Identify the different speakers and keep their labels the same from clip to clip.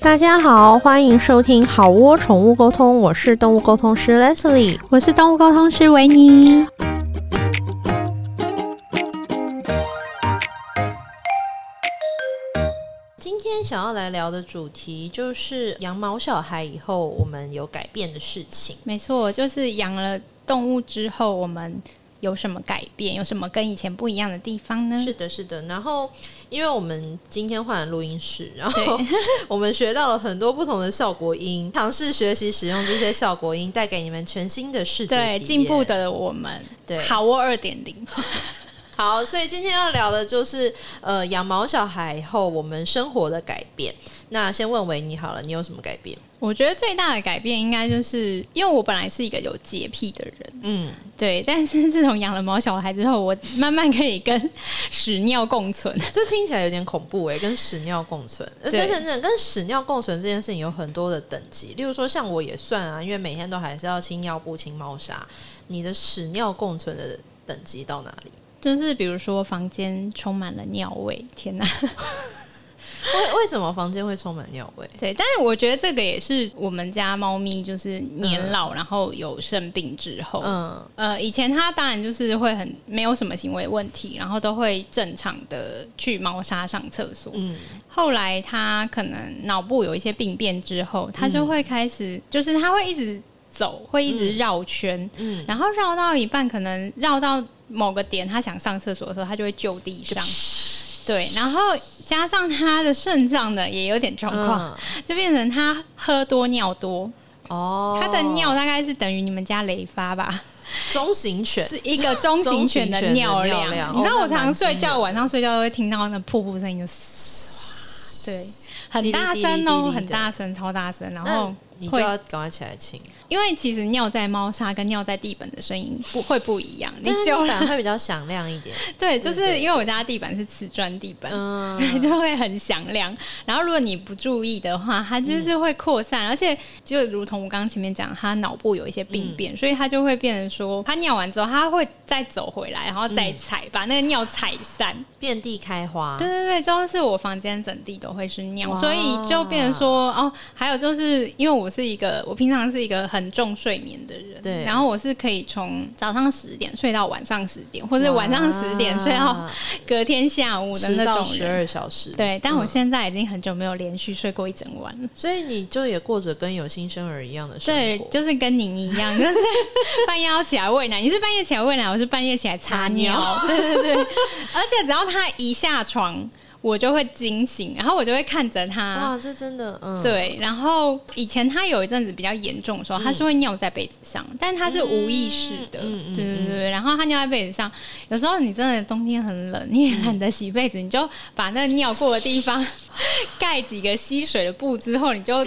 Speaker 1: 大家好，欢迎收听好窝宠物沟通，我是动物沟通师 Leslie。
Speaker 2: 我是动物沟通师维尼。
Speaker 1: 今天想要来聊的主题就是养毛小孩以后我们有改变的事情。
Speaker 2: 没错，就是养了动物之后，我们有什么改变？有什么跟以前不一样的地方呢？
Speaker 1: 是的，是的。然后，因为我们今天换了录音室，然后 我们学到了很多不同的效果音，尝试学习使用这些效果音，带给你们全新的视觉
Speaker 2: 对
Speaker 1: 体验
Speaker 2: 进步的我们，
Speaker 1: 对
Speaker 2: 好我二点零，
Speaker 1: 好，所以今天要聊的就是呃，养毛小孩以后我们生活的改变。那先问维尼好了，你有什么改变？
Speaker 2: 我觉得最大的改变应该就是，因为我本来是一个有洁癖的人，
Speaker 1: 嗯，
Speaker 2: 对，但是自从养了毛小孩之后，我慢慢可以跟屎尿共存。
Speaker 1: 这听起来有点恐怖哎、跟屎尿共存。呃
Speaker 2: 对
Speaker 1: 等等等，跟屎尿共存这件事情有很多的等级，例如说像我也算啊，因为每天都还是要清尿布、清猫砂。你的屎尿共存的等级到哪里？
Speaker 2: 就是比如说，房间充满了尿味，天哪！
Speaker 1: 为为什么房间会充满尿味？
Speaker 2: 对，但是我觉得这个也是我们家猫咪就是年老，然后有生病之后，
Speaker 1: 嗯，
Speaker 2: 呃，以前它当然就是会很没有什么行为问题，然后都会正常的去猫砂上厕所。
Speaker 1: 嗯
Speaker 2: 后来它可能脑部有一些病变之后，它就会开始，就是它会一直走，会一直绕圈，
Speaker 1: 嗯，
Speaker 2: 然后绕到一半，可能绕到某个点，它想上厕所的时候，它就会就地上。对，然后加上它的肾脏呢也有点状况，
Speaker 1: 嗯
Speaker 2: 就变成它喝多尿多，
Speaker 1: 哦，
Speaker 2: 它的尿大概是等于你们家雷发吧，
Speaker 1: 中型犬
Speaker 2: 是一个中型犬的尿
Speaker 1: 呃中型犬的尿量
Speaker 2: 你知道
Speaker 1: 哦
Speaker 2: 我常常睡
Speaker 1: 那蛮惊人
Speaker 2: 觉，晚上睡觉都会听到那瀑布声音，就对，很大声
Speaker 1: 滴哩滴哩滴哩
Speaker 2: 哦，
Speaker 1: 的
Speaker 2: 很大声，超大声，然
Speaker 1: 那
Speaker 2: 后。
Speaker 1: 你就
Speaker 2: 会
Speaker 1: 要赶快起来清。
Speaker 2: 因为其实尿在猫砂跟尿在地板的声音不会不一样，你
Speaker 1: 但是
Speaker 2: 久
Speaker 1: 地
Speaker 2: 了
Speaker 1: 板会比较响亮一点，
Speaker 2: 对，就
Speaker 1: 对
Speaker 2: 是
Speaker 1: 对
Speaker 2: 因为我家地板是瓷砖地板，
Speaker 1: 嗯，
Speaker 2: 对，就会很响亮。然后如果你不注意的话，它
Speaker 1: 嗯
Speaker 2: 就是会扩散，而且就如同我刚刚前面讲，它脑部有一些病变，
Speaker 1: 嗯
Speaker 2: 所以它就会变成说，它尿完之后，它会再走回来，然后再踩，把那个尿踩散。
Speaker 1: 遍地开花，
Speaker 2: 对对对，就是我房间整地都会是尿，
Speaker 1: 哇
Speaker 2: 所以就变成说，哦，还有就是因为我是一个，我平常是一个很重睡眠的人，
Speaker 1: 对
Speaker 2: 然后我是可以从早上十点睡到晚上十点，或者晚上十点睡到
Speaker 1: 哇
Speaker 2: 隔天下午的
Speaker 1: 10
Speaker 2: 那
Speaker 1: 到
Speaker 2: 种
Speaker 1: 十
Speaker 2: 人。
Speaker 1: 二小时，
Speaker 2: 对，但我
Speaker 1: 嗯
Speaker 2: 现在已经很久没有连续睡过一整晚了。
Speaker 1: 所以你就也过着跟有新生儿一样的生
Speaker 2: 对
Speaker 1: 活，，
Speaker 2: 就是跟您一样，就是 半夜要起来喂奶。你是半夜起来喂奶，我是半夜起来擦尿。对 对对，而且只要他一下床，我就会惊醒，然后我就会看着他。
Speaker 1: 哇，这真的，嗯，，
Speaker 2: 对，然后以前他有一阵子比较严重的时候，他是会尿在被子上，但他是无意识的，
Speaker 1: 嗯嗯嗯
Speaker 2: 对对对。然后他尿在被子上，有时候你真的冬天很冷，你也懒得洗被子，你就把那尿过的地方 盖几个吸水的布之后，你就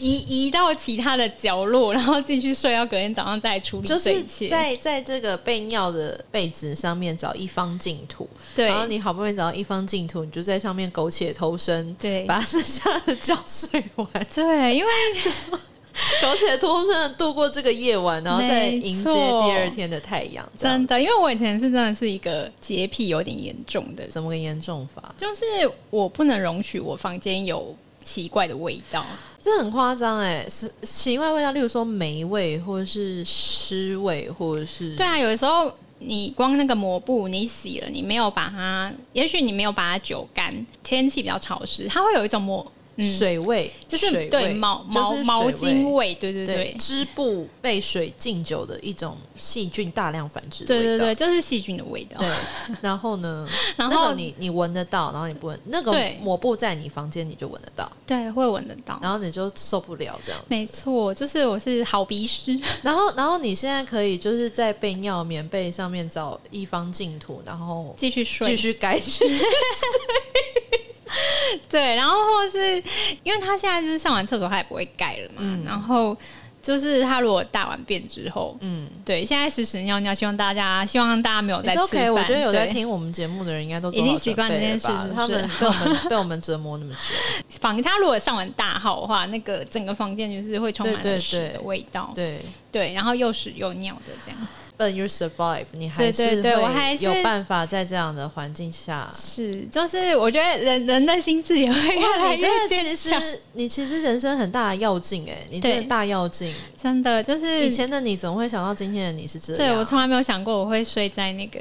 Speaker 2: 移移到其他的角落，然后继续睡，到隔天早上再来处理
Speaker 1: 就
Speaker 2: 这一
Speaker 1: 是
Speaker 2: 切。
Speaker 1: 在在这个被尿的被子上面找一方净土，
Speaker 2: 对
Speaker 1: 然后你好不容易找到一方净土，你就在上面苟且偷生，
Speaker 2: 对
Speaker 1: 把剩下的觉睡完，
Speaker 2: 对，因为
Speaker 1: 苟且偷生的度过这个夜晚，然后再
Speaker 2: 没
Speaker 1: 迎接
Speaker 2: 错
Speaker 1: 第二天的太阳，这样
Speaker 2: 真的，因为我以前是真的是一个洁癖有点严重的人。
Speaker 1: 怎么个严重法？
Speaker 2: 就是我不能容许我房间有奇怪的味道，
Speaker 1: 这很夸张哎，是奇怪味道，例如说霉味，或者是湿味，或者是
Speaker 2: 对啊，有的时候你光那个抹布你洗了，你没有把它，也许你没有把它酒干，天气比较潮湿，它会有一种抹，嗯，
Speaker 1: 水味，
Speaker 2: 就是
Speaker 1: 水
Speaker 2: 对
Speaker 1: 味
Speaker 2: 毛
Speaker 1: 就是
Speaker 2: 毛
Speaker 1: 水
Speaker 2: 毛巾
Speaker 1: 味。
Speaker 2: 味，对对
Speaker 1: 对
Speaker 2: 对，。
Speaker 1: 织布被水浸久的一种细菌大量繁殖的
Speaker 2: 对
Speaker 1: 味
Speaker 2: 对
Speaker 1: 道，
Speaker 2: 对，就是细菌的味道。
Speaker 1: 对然后呢，
Speaker 2: 然
Speaker 1: 那
Speaker 2: 后
Speaker 1: 个你你闻得到，然后你不闻，那个
Speaker 2: 对
Speaker 1: 抹布在你房间你就闻得到，
Speaker 2: 对，会闻得到。
Speaker 1: 然后你就受不了这样
Speaker 2: 没
Speaker 1: 子。
Speaker 2: 错，就是我是好鼻师。
Speaker 1: 然后然后你现在可以就是在被尿棉被上面找一方净土，然后
Speaker 2: 继续睡，
Speaker 1: 继续 改去。
Speaker 2: 对，然后或是因为他现在就是上完厕所他也不会盖了嘛，然后就是他如果大完便之后，
Speaker 1: 嗯，
Speaker 2: 对，现在屎屎尿尿，希望大家希望大家没有在
Speaker 1: It's
Speaker 2: 吃饭。
Speaker 1: OK，我觉得有在
Speaker 2: 对
Speaker 1: 听我们节目的人应该都做
Speaker 2: 已经
Speaker 1: 好
Speaker 2: 习
Speaker 1: 准
Speaker 2: 惯
Speaker 1: 备
Speaker 2: 这件
Speaker 1: 了
Speaker 2: 事
Speaker 1: 吧
Speaker 2: 是不
Speaker 1: 他
Speaker 2: 是
Speaker 1: 们被我们 被我们折磨那么久，
Speaker 2: 房，他如果上完大号的话，那个整个房间就是会充满
Speaker 1: 对对
Speaker 2: 了屎
Speaker 1: 对
Speaker 2: 的味道，
Speaker 1: 对。
Speaker 2: 对然后又屎又尿的这样。
Speaker 1: but you survive，你还
Speaker 2: 对
Speaker 1: 是
Speaker 2: 对对我还
Speaker 1: 会
Speaker 2: 是
Speaker 1: 有办法在这样的环境下。
Speaker 2: 是，就是我觉得人人的心智也会 越
Speaker 1: 哇，
Speaker 2: 来
Speaker 1: 哎你
Speaker 2: 越
Speaker 1: 这个
Speaker 2: 坚
Speaker 1: 其
Speaker 2: 强。
Speaker 1: 实你其实人生很大的要劲哎、你真
Speaker 2: 对
Speaker 1: 的大要劲。
Speaker 2: 真的就是
Speaker 1: 以前的你怎么会想到今天的你是这样？
Speaker 2: 对我从来没有想过我会睡在那个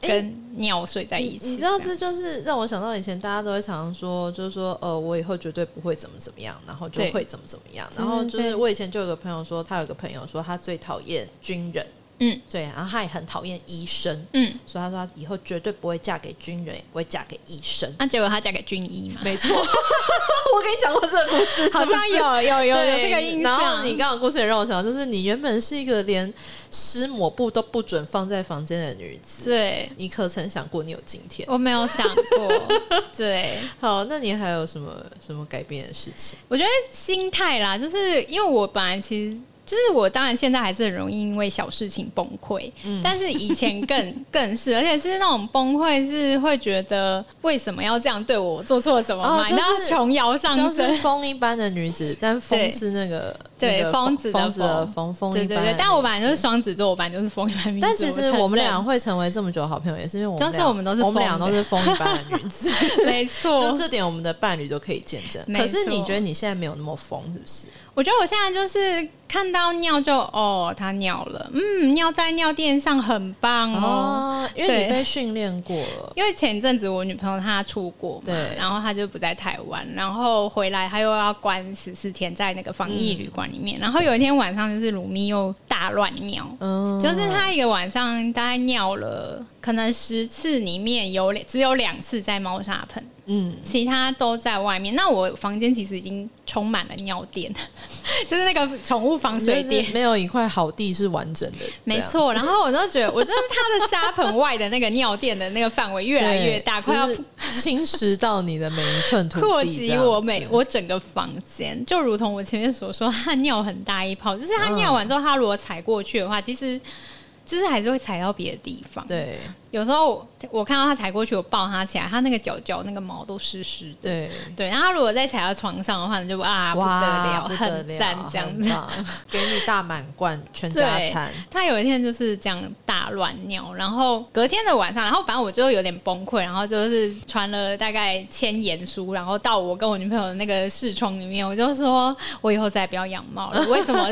Speaker 2: 跟尿睡在一
Speaker 1: 你
Speaker 2: 起。
Speaker 1: 你知道，
Speaker 2: 这
Speaker 1: 这
Speaker 2: 样
Speaker 1: 就是让我想到以前大家都会常常说，就是说，呃，我以后绝对不会怎么怎么样，然后就
Speaker 2: 对
Speaker 1: 会怎么怎么样。
Speaker 2: 真的
Speaker 1: 然后就
Speaker 2: 对
Speaker 1: 是我以前就有个朋友说，他有个朋友说他最讨厌军人，
Speaker 2: 嗯
Speaker 1: 对，然后他也很讨厌医生，
Speaker 2: 嗯，
Speaker 1: 所以他说他以后绝对不会嫁给军人，也不会嫁给医生。
Speaker 2: 啊那、结果她嫁给军医嘛，
Speaker 1: 没错， 我跟你讲过这个故事，
Speaker 2: 好
Speaker 1: 是不
Speaker 2: 像
Speaker 1: 是
Speaker 2: 有有有有
Speaker 1: 对
Speaker 2: 这个印象。
Speaker 1: 然后你刚刚的故事也让我想到，就是你原本是一个连湿抹布都不准放在房间的女子，
Speaker 2: 对，
Speaker 1: 你可曾想过你有今天？
Speaker 2: 我没有想 过，对。
Speaker 1: 好，那你还有什么什么改变的事情？
Speaker 2: 我觉得心态啦，就是因为我本来其实。就是我当然现在还是很容易因为小事情崩溃，
Speaker 1: 嗯
Speaker 2: 但是以前 更更是，而且是那种崩溃是会觉得为什么要这样对我，我做错了什么嘛，
Speaker 1: 哦就是
Speaker 2: 然后琼瑶上
Speaker 1: 就
Speaker 2: 身，
Speaker 1: 是风一般的女子，但
Speaker 2: 对
Speaker 1: 风是那个
Speaker 2: 对
Speaker 1: 那个
Speaker 2: 疯
Speaker 1: 疯
Speaker 2: 子的
Speaker 1: 疯子的
Speaker 2: 疯
Speaker 1: 疯风
Speaker 2: 对
Speaker 1: 一
Speaker 2: 对
Speaker 1: 般的
Speaker 2: 对
Speaker 1: 女。
Speaker 2: 但我
Speaker 1: 子
Speaker 2: 本来就是双子座，我本来就是风一般命。
Speaker 1: 但其实我们俩
Speaker 2: 承
Speaker 1: 会成为这么久的好朋友，也是因为我们
Speaker 2: 就是
Speaker 1: 俩
Speaker 2: 我们都是
Speaker 1: 我们
Speaker 2: 疯
Speaker 1: 俩
Speaker 2: 的
Speaker 1: 都是风一般的女子，
Speaker 2: 认 没
Speaker 1: 就
Speaker 2: 错，
Speaker 1: 这点我们的伴侣都可以见证。
Speaker 2: 没
Speaker 1: 可是你
Speaker 2: 错
Speaker 1: 觉得你现在没有那么疯，是不是？
Speaker 2: 我觉得我现在就是看到尿就哦，他尿了，嗯，尿在尿垫上很棒哦
Speaker 1: 哦，因为
Speaker 2: 对
Speaker 1: 你被训练过了。
Speaker 2: 因为前一阵子我女朋友她出国嘛
Speaker 1: 对，
Speaker 2: 然后她就不在台湾，然后回来她又要关十四天在那个防疫旅馆里面，然后有一天晚上就是鲁咪又大乱尿。
Speaker 1: 嗯，
Speaker 2: 就是她一个晚上大概尿了，可能十次里面有两只有两次在猫砂盆，
Speaker 1: 嗯，
Speaker 2: 其他都在外面。那我房间其实已经充满了尿垫， 就是那个宠物防水
Speaker 1: 就
Speaker 2: 垫
Speaker 1: 是。没啊有一块好地是完整的，啊
Speaker 2: 没
Speaker 1: 这样。
Speaker 2: 错，然后我就觉得，我就是它的沙盆外的那个尿垫的那个范围越来越大，
Speaker 1: 对
Speaker 2: 快要
Speaker 1: 就是侵蚀到你的每一寸土地，
Speaker 2: 扩及
Speaker 1: 这样子
Speaker 2: 我每我整个房间，就如同我前面所说，它尿很大一泡，就是它
Speaker 1: 嗯
Speaker 2: 尿完之后，它如果踩过去的话，其实就是还是会踩到别的地方。，
Speaker 1: 对
Speaker 2: 有时候我我看到它踩过去，我抱它起来，它那个脚脚那个毛都湿湿的。
Speaker 1: 对，
Speaker 2: 对，然后它如果再踩到床上的话，你就啊不得了，
Speaker 1: 哇不得
Speaker 2: 很赞
Speaker 1: 了，
Speaker 2: 这样
Speaker 1: 很
Speaker 2: 子。
Speaker 1: 棒，给你大满贯全家
Speaker 2: 对
Speaker 1: 餐，，
Speaker 2: 他有一天就是这样大乱尿，然后隔天的晚上，然后反正我就有点崩溃，然后就是传了大概千言书，然后到我跟我女朋友的那个视窗里面，我就说我以后再也不要养猫了，为什么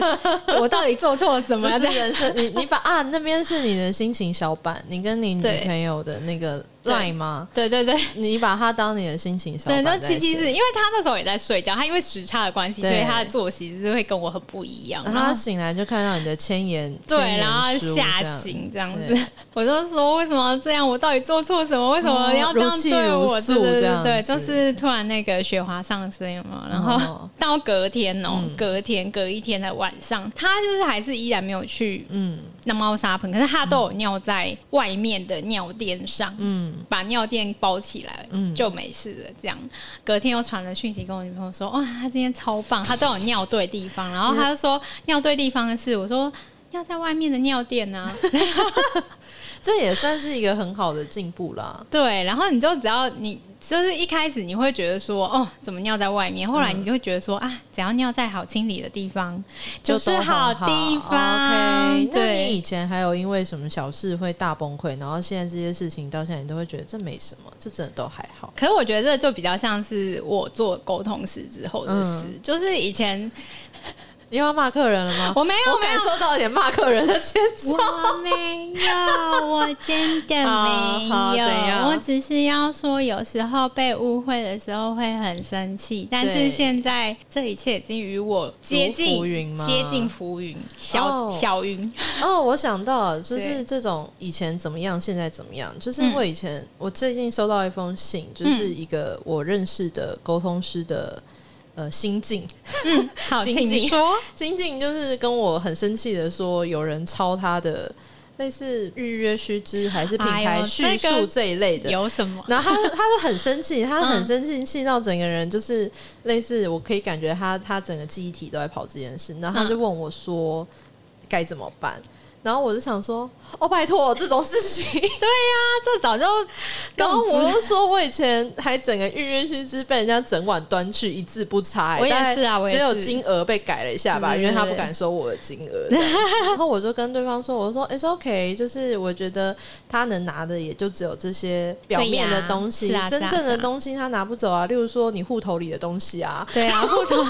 Speaker 2: 我到底做错了什么？
Speaker 1: 就是人生，你你把啊那边是你的心情小板，你跟你女
Speaker 2: 对
Speaker 1: 朋友的那个
Speaker 2: 对
Speaker 1: line 吗？
Speaker 2: 对对对。
Speaker 1: 你把它当你的心情小
Speaker 2: 对，
Speaker 1: 板
Speaker 2: 那
Speaker 1: 在
Speaker 2: 其
Speaker 1: 写，
Speaker 2: 其实因为他那时候也在睡觉，他因为时差的关系，所
Speaker 1: 对
Speaker 2: 以他的作息是会跟我很不一样。
Speaker 1: 然后他醒来就看到你的千言，千
Speaker 2: 对，
Speaker 1: 言
Speaker 2: 然后
Speaker 1: 书
Speaker 2: 吓
Speaker 1: 这样
Speaker 2: 醒这样子
Speaker 1: 对，
Speaker 2: 我就说为什么要这样？我到底做错什么？为什么要这样对我？
Speaker 1: 哦如泣
Speaker 2: 对
Speaker 1: 如诉
Speaker 2: 对
Speaker 1: 这
Speaker 2: 对
Speaker 1: 样
Speaker 2: 对，
Speaker 1: 子
Speaker 2: 就是突然那个雪花上身嘛，然后
Speaker 1: 哦 嗯
Speaker 2: 到隔天哦、隔天隔一天的晚上，他就是还是依然没有去
Speaker 1: 嗯
Speaker 2: 那猫砂盆，可是他都有尿在外面的尿垫上，
Speaker 1: 嗯，
Speaker 2: 把尿垫包起来，
Speaker 1: 嗯
Speaker 2: 就没事了。这样，隔天又传了讯息跟我女朋友说，哇、他今天超棒，他都有尿对地方。然后他就说尿对地方的是，我说尿在外面的尿垫 啊，
Speaker 1: 这也算是一个很好的进步啦。
Speaker 2: 对。然后你就只要你就是一开始你会觉得说，哦，怎么尿在外
Speaker 1: 嗯
Speaker 2: 面？后来你就会觉得说，啊，只要尿在好清理的地方， 就是
Speaker 1: 都很好
Speaker 2: 地方。
Speaker 1: OK，那你
Speaker 2: 对
Speaker 1: 以前还有因为什么小事会大崩溃，然后现在这些事情到现在你都会觉得这没什么，这真的都还好。
Speaker 2: 可是我觉得这就比较像是我做沟通师之后的事，就是以前
Speaker 1: 你又要骂客人了吗？
Speaker 2: 我没有
Speaker 1: 我
Speaker 2: 没有
Speaker 1: 感受到一点骂客人的牵手。
Speaker 2: 我没有，我真的
Speaker 1: 好
Speaker 2: 没
Speaker 1: 好怎
Speaker 2: 有。
Speaker 1: 样
Speaker 2: 我只是要说，有时候被误会的时候会很生气，但是
Speaker 1: 对
Speaker 2: 现在这一切已经与我接
Speaker 1: 如浮云
Speaker 2: 近，
Speaker 1: 吗
Speaker 2: 接近浮云，小、
Speaker 1: 哦
Speaker 2: 小云。
Speaker 1: 哦，我想到了就
Speaker 2: 对
Speaker 1: 是这种以前怎么样，现在怎么样？就是
Speaker 2: 嗯
Speaker 1: 我以前、我最近收到一封信，就是一个我认识的沟通师的呃心境，
Speaker 2: 好，
Speaker 1: 心
Speaker 2: 请
Speaker 1: 境
Speaker 2: 说。
Speaker 1: 心境就是跟我很生气的说，有人抄他的类似预约须知还是品
Speaker 2: 哎
Speaker 1: 牌
Speaker 2: 呦
Speaker 1: 叙
Speaker 2: 这个
Speaker 1: 述这一类 的。
Speaker 2: 有什么？
Speaker 1: 然后他他就很生气，他
Speaker 2: 嗯
Speaker 1: 很生气，气到整个人就是类似，我可以感觉他他整个记忆体都在跑这件事。然后他就问我说：“该怎么办？然后我就想说，哦，拜托，这种事情。
Speaker 2: 对呀、这早就
Speaker 1: 然后我
Speaker 2: 我
Speaker 1: 又说，我以前还整个预约须知被人家整碗端去，一字不差、欸。
Speaker 2: 我也
Speaker 1: 大概
Speaker 2: 是啊我也
Speaker 1: 只有
Speaker 2: 是
Speaker 1: 金额被改了一下吧，
Speaker 2: 是
Speaker 1: 因为他不敢收我的金额这样。 然后我就跟对方说，我说 It's OK，就是我觉得他能拿的也就只有这些表面
Speaker 2: 对
Speaker 1: 的
Speaker 2: 呀
Speaker 1: 东西，
Speaker 2: 是啊
Speaker 1: 真
Speaker 2: 是啊
Speaker 1: 正
Speaker 2: 是
Speaker 1: 的
Speaker 2: 啊
Speaker 1: 东西他拿不走啊，例如说你户头里的东西啊，
Speaker 2: 对啊，不同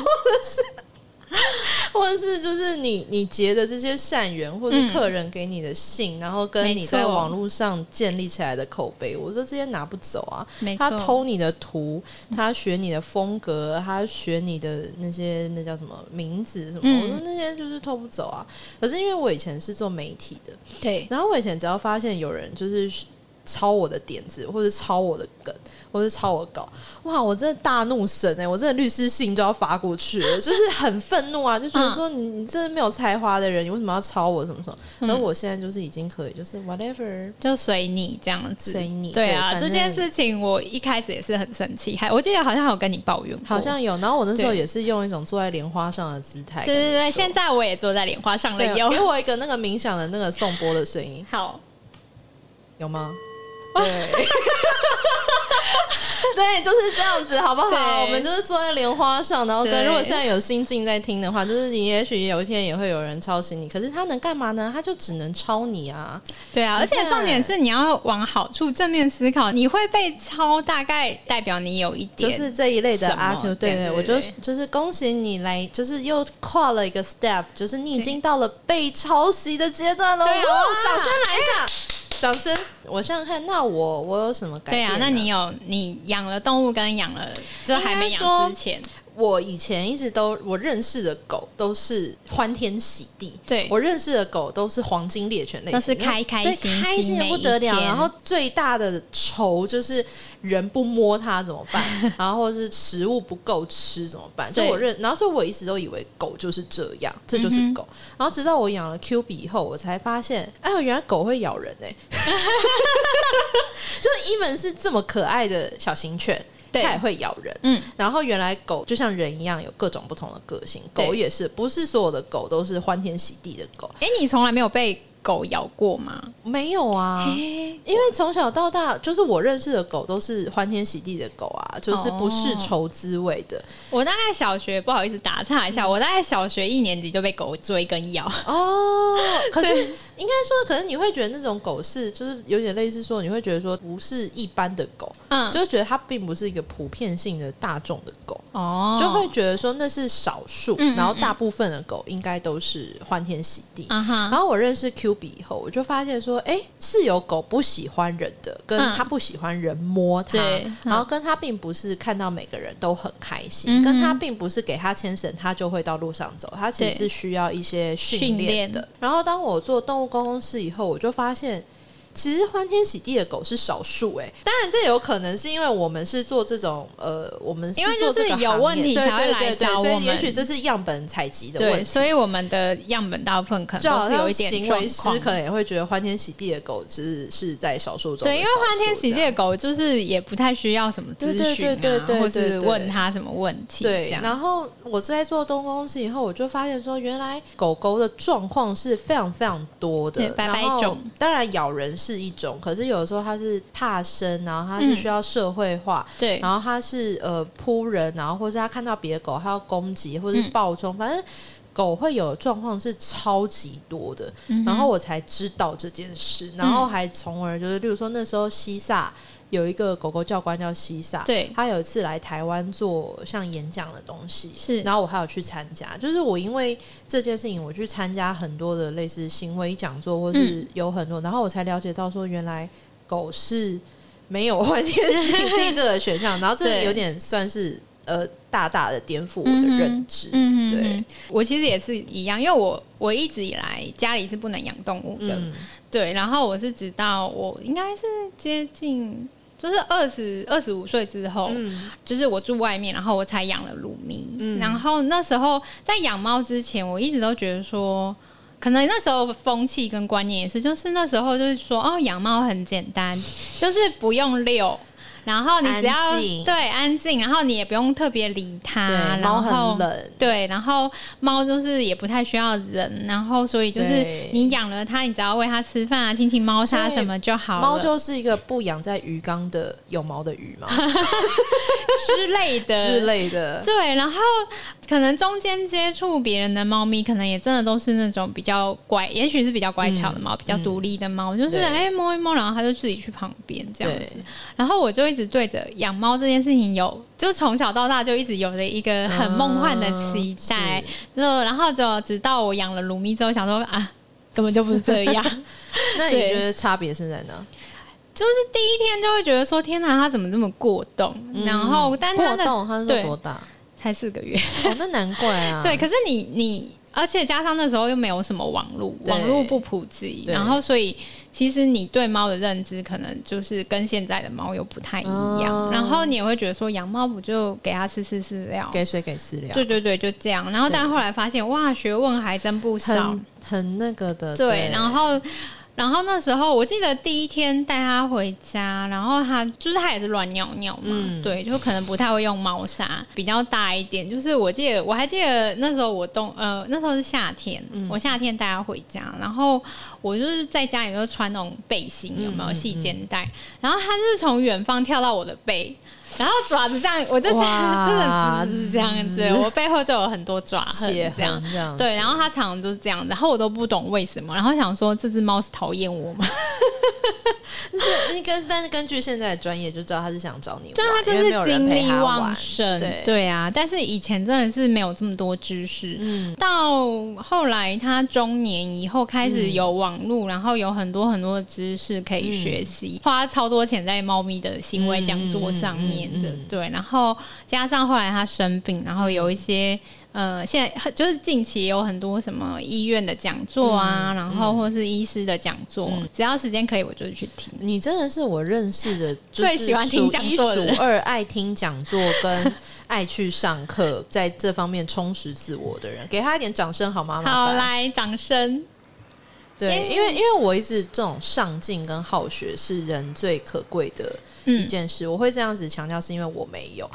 Speaker 1: 或者是就是你你结的这些善缘，或是
Speaker 2: 嗯
Speaker 1: 客人给你的信，然后跟
Speaker 2: 没
Speaker 1: 你在
Speaker 2: 错
Speaker 1: 网络上建立起来的口碑，我说这些拿不走啊。
Speaker 2: 没
Speaker 1: 他
Speaker 2: 错
Speaker 1: 偷你的图，他学你的风格，他学你的那些那叫什么名字什么，
Speaker 2: 嗯
Speaker 1: 我说那些就是偷不走啊。可是因为我以前是做媒体的，
Speaker 2: 对
Speaker 1: 然后我以前只要发现有人就是抄我的点子，或者抄我的梗，或者抄我稿，哇，我真的大怒神哎、我真的律师信就要发过去了，就是很愤怒啊，就觉得
Speaker 2: 嗯
Speaker 1: 说你你真的没有才华的人，你为什么要抄我什么什么？然
Speaker 2: 嗯
Speaker 1: 后我现在就是已经可以，就是 whatever，
Speaker 2: 就随你这样子，
Speaker 1: 随你
Speaker 2: 对啊，
Speaker 1: 对反
Speaker 2: 这
Speaker 1: 正
Speaker 2: 件事情我一开始也是很生气，还我记得好像有跟你抱怨过，
Speaker 1: 好像有。然后我那时候
Speaker 2: 对
Speaker 1: 也是用一种坐在莲花上的姿态跟
Speaker 2: 对
Speaker 1: 你
Speaker 2: 对对，
Speaker 1: 说，
Speaker 2: 现在我也坐在莲花上了
Speaker 1: 对给
Speaker 2: 哟。
Speaker 1: 我一个那个冥想的那个颂钵的声 音，
Speaker 2: 好，
Speaker 1: 有吗？对。 对，就是这样子，好不好？
Speaker 2: 对
Speaker 1: 我们就是坐在莲花上，然后跟
Speaker 2: 对
Speaker 1: 如果现在有心境在听的话，就是你也许有一天也会有人抄袭你，可是他能干嘛呢？他就只能抄你啊！
Speaker 2: 对啊，而且
Speaker 1: 你看
Speaker 2: 重点是你要往好处正面思考，你会被抄，大概代表你有一
Speaker 1: 就
Speaker 2: 点
Speaker 1: 是这一类的
Speaker 2: 什么
Speaker 1: 阿 Q，对
Speaker 2: 对
Speaker 1: 对，
Speaker 2: 对
Speaker 1: 我就
Speaker 2: 对
Speaker 1: 就是恭喜你来，就是又跨了一个 step，就是你已
Speaker 2: 对
Speaker 1: 经到了被抄袭的阶段了。
Speaker 2: 对啊
Speaker 1: 哇掌声来一下，掌声！我想想看，那我我有什么改
Speaker 2: 对
Speaker 1: 变呢？
Speaker 2: 啊，那你有你养了动物跟养了就还没
Speaker 1: 应该说
Speaker 2: 养之前，
Speaker 1: 我以前一直都我认识的狗都是欢天喜地，
Speaker 2: 对
Speaker 1: 我认识的狗都是黄金猎犬类
Speaker 2: 都
Speaker 1: 型，
Speaker 2: 是开开心心
Speaker 1: 对开心的不得了。
Speaker 2: 每一天
Speaker 1: 然后最大的仇就是人不摸它怎么 办，然后或是食物不够吃怎么办？就
Speaker 2: 对
Speaker 1: 我认，然后所以我一直都以为狗就是这样，这就是
Speaker 2: 嗯哼
Speaker 1: 狗。然后直到我养了 Q 比以后，我才发现，哎呦，原来狗会 咬人哎、 就是一本是这么可爱的小型犬，它
Speaker 2: 对
Speaker 1: 也会咬人。
Speaker 2: 嗯，
Speaker 1: 然后原来狗就像人一样有各种不同的个性，
Speaker 2: 对
Speaker 1: 狗也是，不是所有的狗都是欢天喜地的狗，
Speaker 2: 哎、你从来没有被狗咬过吗？
Speaker 1: 没有啊。
Speaker 2: 诶
Speaker 1: 因为从小到大，就是我认识的狗都是欢天喜地的狗啊，就是不
Speaker 2: 哦
Speaker 1: 是愁滋味的
Speaker 2: 我大概小学不好意思打岔
Speaker 1: 嗯
Speaker 2: 一下，我大概小学一年级就被狗追跟咬，
Speaker 1: 哦。 可是
Speaker 2: 对
Speaker 1: 应该说，可能你会觉得那种狗是，就是有点类似说，你会觉得说不是一般的狗，
Speaker 2: 嗯，
Speaker 1: 就觉得它并不是一个普遍性的大众的狗。
Speaker 2: 哦，
Speaker 1: 就会觉得说那是少数，
Speaker 2: 嗯嗯
Speaker 1: 然后大部分的狗应该都是欢天喜地。
Speaker 2: 啊哈，
Speaker 1: 然后我认识 Q 比以后，我就发现说，哎，是有狗不喜欢人的，跟
Speaker 2: 嗯
Speaker 1: 它不喜欢人摸它，
Speaker 2: 对嗯
Speaker 1: 然后跟它并不是看到每个人都很开心，
Speaker 2: 嗯哼
Speaker 1: 跟它并不是给它牵绳它就会到路上走，它其实是需要一些训练的。
Speaker 2: 训练
Speaker 1: 然后当我做动物沟通室以后，我就发现。其实欢天喜地的狗是少数哎、当然这有可能是因为我们是做这种呃，我们
Speaker 2: 因为
Speaker 1: 做这
Speaker 2: 就是
Speaker 1: 个
Speaker 2: 有
Speaker 1: 行
Speaker 2: 问
Speaker 1: 业
Speaker 2: 题
Speaker 1: 对
Speaker 2: 才会
Speaker 1: 对
Speaker 2: 来
Speaker 1: 对对
Speaker 2: 找
Speaker 1: 所
Speaker 2: 我
Speaker 1: 以也
Speaker 2: 们
Speaker 1: 许这是样本采集的问
Speaker 2: 对，
Speaker 1: 题。
Speaker 2: 所以我们的样本大部分可
Speaker 1: 就
Speaker 2: 能
Speaker 1: 好
Speaker 2: 都是有
Speaker 1: 像
Speaker 2: 一点
Speaker 1: 行
Speaker 2: 状
Speaker 1: 为师
Speaker 2: 况，
Speaker 1: 可能也会觉得欢天喜地的狗只是是在少数中的
Speaker 2: 对，因为
Speaker 1: 少数
Speaker 2: 欢天喜
Speaker 1: 这
Speaker 2: 地
Speaker 1: 样
Speaker 2: 的狗就是也不太需要什么咨询
Speaker 1: 对对
Speaker 2: 啊，
Speaker 1: 对对对
Speaker 2: 或
Speaker 1: 对
Speaker 2: 是
Speaker 1: 对
Speaker 2: 问他什么问题，这
Speaker 1: 对，
Speaker 2: 样
Speaker 1: 然后我在做东公司以后，我就发现说，原来狗狗的状况是非常非常多的
Speaker 2: 对。百百
Speaker 1: 然后
Speaker 2: 种
Speaker 1: 当然咬人是一种，可是有的时候它是怕生，然后它是
Speaker 2: 嗯
Speaker 1: 需要社会化，
Speaker 2: 对，
Speaker 1: 然后它是呃扑人，然后或是它看到别的狗，它要攻击或是
Speaker 2: 嗯
Speaker 1: 暴冲，反正狗会有的状况是超级多的。
Speaker 2: 嗯哼嗯
Speaker 1: 然后我才知道这件事，然后还从而就是，例如说那时候西萨有一个狗狗教官叫西萨，
Speaker 2: 对
Speaker 1: 他有一次来台湾做像演讲的东西，
Speaker 2: 是
Speaker 1: 然后我还有去参加，就是我因为这件事情，我去参加很多的类似行为讲座，或
Speaker 2: 嗯
Speaker 1: 是有很多，然后我才了解到说，原来狗是没有 换天 性地这个选项，然后这个
Speaker 2: 对
Speaker 1: 有点算是呃大大的颠覆我的认知，
Speaker 2: 嗯哼，
Speaker 1: 对，
Speaker 2: 我其实也是一样，因为我我一直以来家里是不能养动物的，
Speaker 1: 嗯，
Speaker 2: 对，然后我是直到我应该是接近。就是二十二十五岁之后，
Speaker 1: 嗯
Speaker 2: 就是我住外面，然后我才养了鲁咪。
Speaker 1: 嗯
Speaker 2: 然后那时候在养猫之前，我一直都觉得说，可能那时候风气跟 观念也是，就是那时候就是说，哦，养猫很简单，就是不用遛，然后你只要
Speaker 1: 安静
Speaker 2: 对安静，然后你也不用特别理它，
Speaker 1: 对，
Speaker 2: 啊然
Speaker 1: 猫
Speaker 2: 后
Speaker 1: 很冷，
Speaker 2: 对，然后猫就是也不太需要人，然后所以就是
Speaker 1: 对
Speaker 2: 你养了它，你只要喂它吃饭啊、亲亲猫砂
Speaker 1: 所以
Speaker 2: 什么就好了，
Speaker 1: 猫就是一个不养在鱼缸的有毛 的鱼嘛
Speaker 2: 之类的
Speaker 1: 之类的。
Speaker 2: 对，然后可能中间接触别人的猫咪，可能也真的都是那种比较乖，也许是比较乖巧的猫，比较独立的猫，就是
Speaker 1: 嗯对
Speaker 2: 哎、摸一摸，然后它就自己去旁边这样
Speaker 1: 对
Speaker 2: 子。然后我就一直对着养猫这件事情有，就从小到大就一直有了一个很梦幻的期待
Speaker 1: 嗯。
Speaker 2: 就、然后就直到我养了鲁咪之后，想说啊，根本就不是这 样。
Speaker 1: 那你
Speaker 2: 对
Speaker 1: 觉得差别是在哪？
Speaker 2: 就是第一天就会觉得说，天哪，它怎么这么过动？
Speaker 1: 嗯
Speaker 2: 然后，但它
Speaker 1: 破
Speaker 2: 的
Speaker 1: 洞它是
Speaker 2: 对
Speaker 1: 多大？
Speaker 2: 才四个月。
Speaker 1: 哦，那难怪啊。
Speaker 2: 对，可是你你，而且加上那时候又没有什么网络，
Speaker 1: 对
Speaker 2: 网络不普及，
Speaker 1: 对
Speaker 2: 然后所以其实你对猫的认知可能就是跟现在的猫又不太一样，
Speaker 1: 哦
Speaker 2: 然后你也会觉得说养猫不就给它吃吃饲料。
Speaker 1: 给水给饲料，
Speaker 2: 对对对，就这样。然后，但后来发现，哇，学问还真不少。
Speaker 1: 很很那个的。
Speaker 2: 对，然后，然后那时候我记得第一天带它回家，然后它就是它也是乱尿尿嘛，
Speaker 1: 嗯
Speaker 2: 对，就可能不太会用猫砂，比较大一点。就是我记得我还记得那时候我冬呃那时候是夏天，
Speaker 1: 嗯
Speaker 2: 我夏天带它回家，然后我就是在家里就穿那种背心，有
Speaker 1: 嗯
Speaker 2: 没有细肩带？然后它就是从远方跳到我的背。然后爪子这样，我就是 真
Speaker 1: 哇
Speaker 2: 的是这样子，我背后就有很多爪痕
Speaker 1: 血
Speaker 2: 这样
Speaker 1: 痕。这样，
Speaker 2: 对，然后它常常都是这样子，然后我都不懂为什么，然后想说这只猫是讨厌我吗？
Speaker 1: 是你根但是根据现在的专业就知道他是想找你玩，
Speaker 2: 就是啊它就
Speaker 1: 因为没
Speaker 2: 是
Speaker 1: 有人
Speaker 2: 精
Speaker 1: 陪
Speaker 2: 力
Speaker 1: 他
Speaker 2: 旺
Speaker 1: 玩。
Speaker 2: 盛，
Speaker 1: 对
Speaker 2: 啊。但是以前真的是没有这么多知识，
Speaker 1: 嗯，
Speaker 2: 到后来他中年以后开始有网
Speaker 1: 嗯
Speaker 2: 络，然后有很多很多的知识可以学习，花超多钱在猫咪的行为讲座上面的，
Speaker 1: 嗯嗯嗯嗯
Speaker 2: 对。然后加上后来他生病，然后有一些。呃，现在就是近期有很多什么医院的讲座
Speaker 1: 嗯
Speaker 2: 啊，然后或是医师的讲座，只要时间可以我就去听。
Speaker 1: 你真的是我认识的就
Speaker 2: 最
Speaker 1: 是
Speaker 2: 喜欢听讲座
Speaker 1: 数
Speaker 2: 的
Speaker 1: 一
Speaker 2: 人
Speaker 1: 数二爱听讲座跟爱去上课， 在这方面充实自我的人，给他一点掌声好吗？麻
Speaker 2: 好，
Speaker 1: 烦。
Speaker 2: 来掌声。
Speaker 1: 对，
Speaker 2: 耶
Speaker 1: 因为因为我一直这种上进跟好学是人最可贵的一
Speaker 2: 嗯，
Speaker 1: 件事，我会这样子强调是因为我没 有，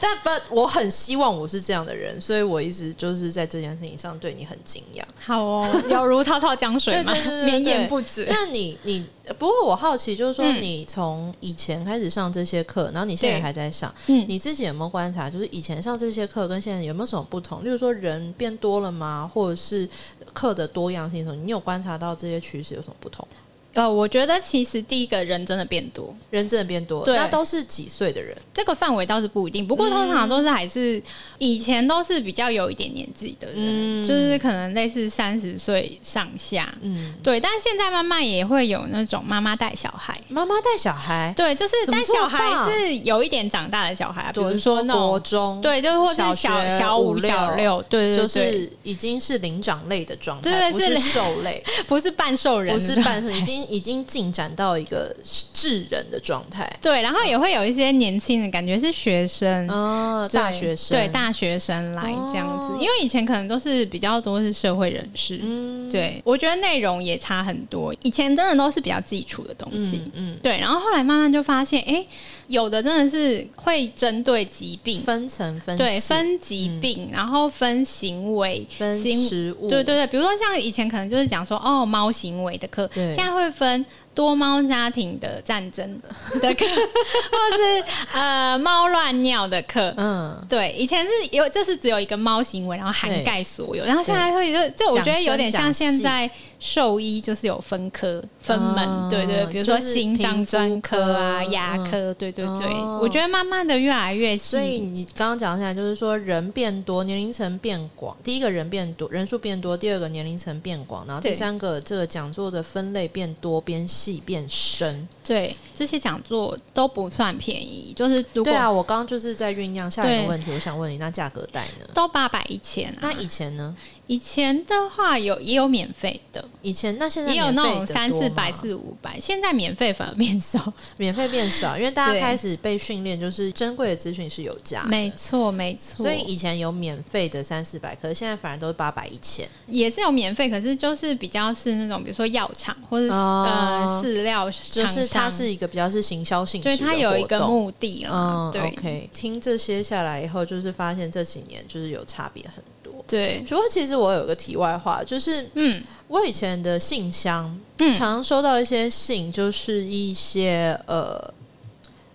Speaker 1: 但不，我很希望我是这样的人，所以我一直就是在这件事情上对你很敬仰。
Speaker 2: 好哦， 有如滔滔江水嘛
Speaker 1: 对对对对，对
Speaker 2: 绵延不止。
Speaker 1: 那你你不过我好奇，就是说
Speaker 2: 嗯
Speaker 1: 你从以前开始上这些课，然后你现在还在上，
Speaker 2: 嗯，
Speaker 1: 你自己有没有观察，就是以前上这些课跟现在有没有什么不同？例如说人变多了吗，或者是课的多样性什么？你有观察到这些趋势有什么不同？
Speaker 2: 呃，我觉得其实第一个人真的变多，
Speaker 1: 人真的变多了，
Speaker 2: 对
Speaker 1: 那都是几岁的人？
Speaker 2: 这个范围倒是不一定，不过通常都是还是、以前都是比较有一点年纪的人，
Speaker 1: 嗯
Speaker 2: 就是可能类似三十岁上下。
Speaker 1: 嗯，
Speaker 2: 对，但现在慢慢也会有那种妈妈带小孩，
Speaker 1: 妈妈带小孩，
Speaker 2: 对，就是
Speaker 1: 怎么
Speaker 2: 但
Speaker 1: 这么
Speaker 2: 小孩
Speaker 1: 棒
Speaker 2: 是有一点长大的小孩啊，比
Speaker 1: 比
Speaker 2: 如
Speaker 1: 如
Speaker 2: 说
Speaker 1: 说
Speaker 2: 那
Speaker 1: 国
Speaker 2: 种
Speaker 1: 中，，
Speaker 2: 对，就是或是
Speaker 1: 小
Speaker 2: 小
Speaker 1: 学
Speaker 2: 小
Speaker 1: 五
Speaker 2: 五、
Speaker 1: 六
Speaker 2: 小六，对对对，
Speaker 1: 就是已经是灵长类的状态，
Speaker 2: 对
Speaker 1: 不
Speaker 2: 是
Speaker 1: 是兽 类，
Speaker 2: 不是半兽人，
Speaker 1: 不是半已经已经进展到一个智人的状态。
Speaker 2: 对，然后也会有一些年轻的感觉是学生，
Speaker 1: 哦，
Speaker 2: 嗯对
Speaker 1: 大学生，
Speaker 2: 对，大学生来这样子，
Speaker 1: 哦
Speaker 2: 因为以前可能都是比较多是社会人士，
Speaker 1: 嗯，
Speaker 2: 对我觉得内容也差很多，以前真的都是比较基础的东西。
Speaker 1: 嗯嗯，
Speaker 2: 对，然后后来慢慢就发现，哎、有的真的是会针对疾病，
Speaker 1: 分层分
Speaker 2: 对，
Speaker 1: 析嗯
Speaker 2: 分疾病，然后分行为，
Speaker 1: 分
Speaker 2: 行
Speaker 1: 食物，
Speaker 2: 对对对，比如说像以前可能就是讲说哦猫行为的课，
Speaker 1: 对
Speaker 2: 现在会分多猫家庭的战争的 课，或是呃猫乱尿的课。
Speaker 1: 嗯，
Speaker 2: 对，以前是有就是只有一个猫行为，然后涵
Speaker 1: 对
Speaker 2: 盖所有，然后现在会就就我觉得有点像现在兽医就是有分科分门，
Speaker 1: 嗯
Speaker 2: 对对，比如说
Speaker 1: 就是
Speaker 2: 心脏专科啊、
Speaker 1: 皮肤科
Speaker 2: 牙科，对对对，
Speaker 1: 哦
Speaker 2: 我觉得慢慢的越来越细，
Speaker 1: 所以你刚刚讲起来，就是说人变多，年龄层变广。第一个人变多，人数变多；第二个年龄层变广，然后第
Speaker 2: 对
Speaker 1: 三个这个讲座的分类变多、变细、变深。
Speaker 2: 对这些讲座都不算便宜，就是如果
Speaker 1: 对啊，我刚刚就是在酝酿下一个
Speaker 2: 对
Speaker 1: 问题，我想问你，那价格带呢？
Speaker 2: 都八百一千啊，
Speaker 1: 那以前呢？
Speaker 2: 以前的话有也有免费的，
Speaker 1: 以前那现在
Speaker 2: 也有那
Speaker 1: 免费
Speaker 2: 种
Speaker 1: 的
Speaker 2: 三
Speaker 1: 多
Speaker 2: 四
Speaker 1: 吗
Speaker 2: 百、四五百，现在免费反而变少。
Speaker 1: 免费变少，因为大家
Speaker 2: 对
Speaker 1: 开始被训练，就是珍贵的资讯是有价的，
Speaker 2: 没错，没错。
Speaker 1: 所以以前有免费的三四百，可是现在反而都是八百一千。
Speaker 2: 也是有免费，可是就是比较是那种，比如说药厂或者是、
Speaker 1: 哦
Speaker 2: 呃饲料厂
Speaker 1: 就
Speaker 2: 商，
Speaker 1: 是它是一个比较是行销性质
Speaker 2: 就
Speaker 1: 的
Speaker 2: 是它有一
Speaker 1: 活
Speaker 2: 个
Speaker 1: 动
Speaker 2: 目的了
Speaker 1: 嗯。
Speaker 2: 对
Speaker 1: ，OK，听这些下来以后，就是发现这几年就是有差别很多。
Speaker 2: 对，
Speaker 1: 不过其实我有个题外话，就是
Speaker 2: 嗯
Speaker 1: 我以前的信箱、
Speaker 2: 嗯
Speaker 1: 常收到一些信，就是一些呃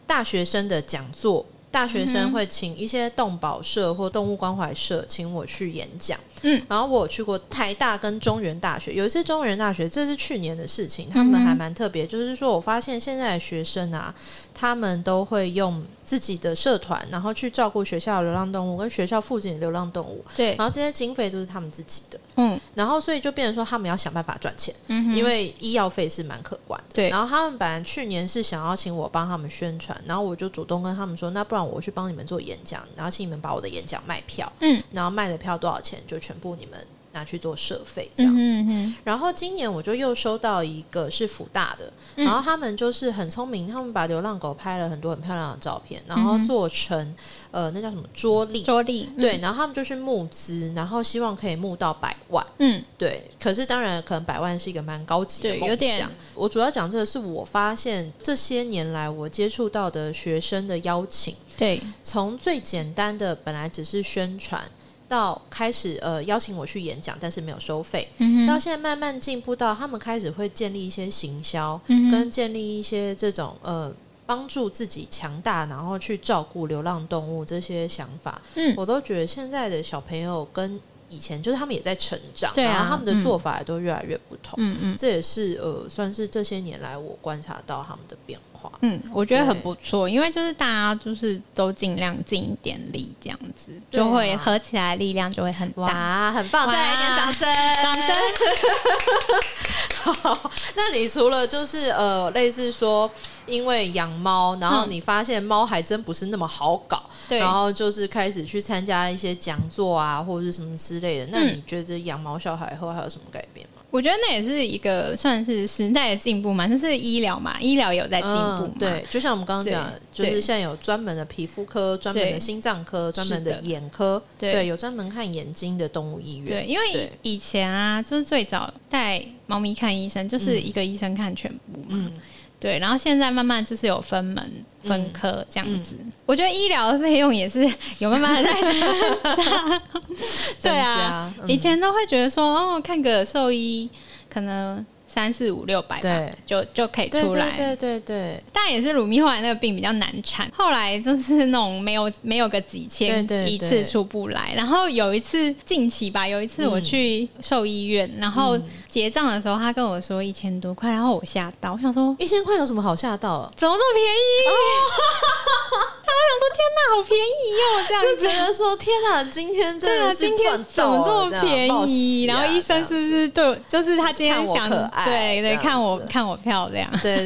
Speaker 1: 大学生的讲座。大学
Speaker 2: 嗯
Speaker 1: 生会请一些动保社或动物关怀社请我去演讲，
Speaker 2: 嗯，
Speaker 1: 然后我有去过台大跟中原大学，有一次中原大学，这是去年的事情，他们
Speaker 2: 嗯哼
Speaker 1: 还蛮特别，就是说我发现现在的学生啊，他们都会用自己的社团，然后去照顾学校的流浪动物跟学校附近的流浪动物，
Speaker 2: 对，
Speaker 1: 然后这些经费都是他们自己的，
Speaker 2: 嗯
Speaker 1: 然后所以就变成说他们要想办法赚钱，
Speaker 2: 嗯哼，
Speaker 1: 因为医药费是蛮可观的。
Speaker 2: 对
Speaker 1: 然后他们本来去年是想要请我帮他们宣传，然后我就主动跟他们说，那不然我去帮你们做演讲，然后请你们把我的演讲卖票，
Speaker 2: 嗯，
Speaker 1: 然后卖的票多少钱就全部你们拿去做社费这样
Speaker 2: 嗯
Speaker 1: 子。
Speaker 2: 哼嗯哼
Speaker 1: 然后今年我就又收到一个是福大的，
Speaker 2: 嗯
Speaker 1: 然后他们就是很聪明，他们把流浪狗拍了很多很漂亮的照片，
Speaker 2: 嗯
Speaker 1: 然后做成呃那叫什么桌立，
Speaker 2: 着力，
Speaker 1: 对，然后他们就是募资，然后希望可以募到百万。
Speaker 2: 嗯
Speaker 1: 对，可是当然，可能百万是一个蛮高级的
Speaker 2: 对
Speaker 1: 梦
Speaker 2: 有点
Speaker 1: 想。我主要讲这个是我发现这些年来我接触到的学生的邀请，
Speaker 2: 对，
Speaker 1: 从最简单的本来只是宣传，到开始呃邀请我去演讲，但是没有收费，
Speaker 2: 嗯
Speaker 1: 到
Speaker 2: 哼，
Speaker 1: 现在慢慢进步到他们开始会建立一些行销，
Speaker 2: 嗯哼
Speaker 1: 跟建立一些这种呃。帮助自己强大，然后去照顾流浪动物这些想法，
Speaker 2: 嗯
Speaker 1: 我都觉得现在的小朋友跟以前就是他们也在成长，
Speaker 2: 对啊
Speaker 1: 然后他们的
Speaker 2: 嗯
Speaker 1: 做法也都越来越不同。
Speaker 2: 嗯嗯
Speaker 1: 这也是呃，算是这些年来我观察到他们的变化。
Speaker 2: 嗯，我觉得很
Speaker 1: 对
Speaker 2: 不错，因为就是大家就是都尽量尽一点力，这样子
Speaker 1: 对啊
Speaker 2: 就会合起来力量就会很大。
Speaker 1: 哇，很棒！
Speaker 2: 哇
Speaker 1: 再来一点掌声，掌声。好， 那你除了就是呃，类似说因为养猫，然后
Speaker 2: 嗯
Speaker 1: 你发现猫还真不是那么好搞，
Speaker 2: 对
Speaker 1: 然后就是开始去参加一些讲座啊，或者是什么之类的。那
Speaker 2: 嗯
Speaker 1: 你觉得养毛小孩后还有什么改变吗？
Speaker 2: 我觉得那也是一个算是时代的进步嘛，就是医疗嘛，医疗有在进步嘛
Speaker 1: 嗯，，对，就像我们刚刚讲的，就
Speaker 2: 对
Speaker 1: 是现在有专门的皮肤科、专门的
Speaker 2: 对
Speaker 1: 心脏科、专门
Speaker 2: 是
Speaker 1: 的
Speaker 2: 的
Speaker 1: 眼科，
Speaker 2: 对
Speaker 1: 对，有专门看眼睛的动物医院，
Speaker 2: 对，因为
Speaker 1: 对
Speaker 2: 以前啊，就是最早带猫咪看医生，就是一个医生看全部嘛。
Speaker 1: 嗯
Speaker 2: 对，然后现在慢慢就是有分门分科这样子。
Speaker 1: 嗯
Speaker 2: 我觉得医疗的费用也是有慢慢在增加。对啊
Speaker 1: 增加，嗯
Speaker 2: 以前都会觉得说，哦，看个兽医可能三四五六百吧
Speaker 1: 对，
Speaker 2: 就就可以
Speaker 1: 对
Speaker 2: 出来。
Speaker 1: 对对对对。
Speaker 2: 但也是乳糜后来那个病比较难产，后来就是那种没有没有个几千
Speaker 1: 对对
Speaker 2: 一
Speaker 1: 对
Speaker 2: 次出不来。然后有一次近期吧，有一次
Speaker 1: 嗯
Speaker 2: 我去兽医院，然后结账的时候他跟我说一千多块，然后我吓到，我想说
Speaker 1: 一千块有什么好吓到了？
Speaker 2: 怎么这么便宜？
Speaker 1: 哦
Speaker 2: 然后我想说天哪，好便宜哦，这样
Speaker 1: 就
Speaker 2: 子
Speaker 1: 觉得说天哪，今天真
Speaker 2: 对啊，
Speaker 1: 的是
Speaker 2: 今啊天
Speaker 1: 赚
Speaker 2: 怎
Speaker 1: 到
Speaker 2: 么
Speaker 1: 了
Speaker 2: 这么便宜？然后医生是不？是对我，就是他今
Speaker 1: 看
Speaker 2: 天
Speaker 1: 我
Speaker 2: 想
Speaker 1: 可爱
Speaker 2: 对
Speaker 1: 啊这
Speaker 2: 对，
Speaker 1: 样
Speaker 2: 看我
Speaker 1: 子
Speaker 2: 看我漂亮，
Speaker 1: 这样子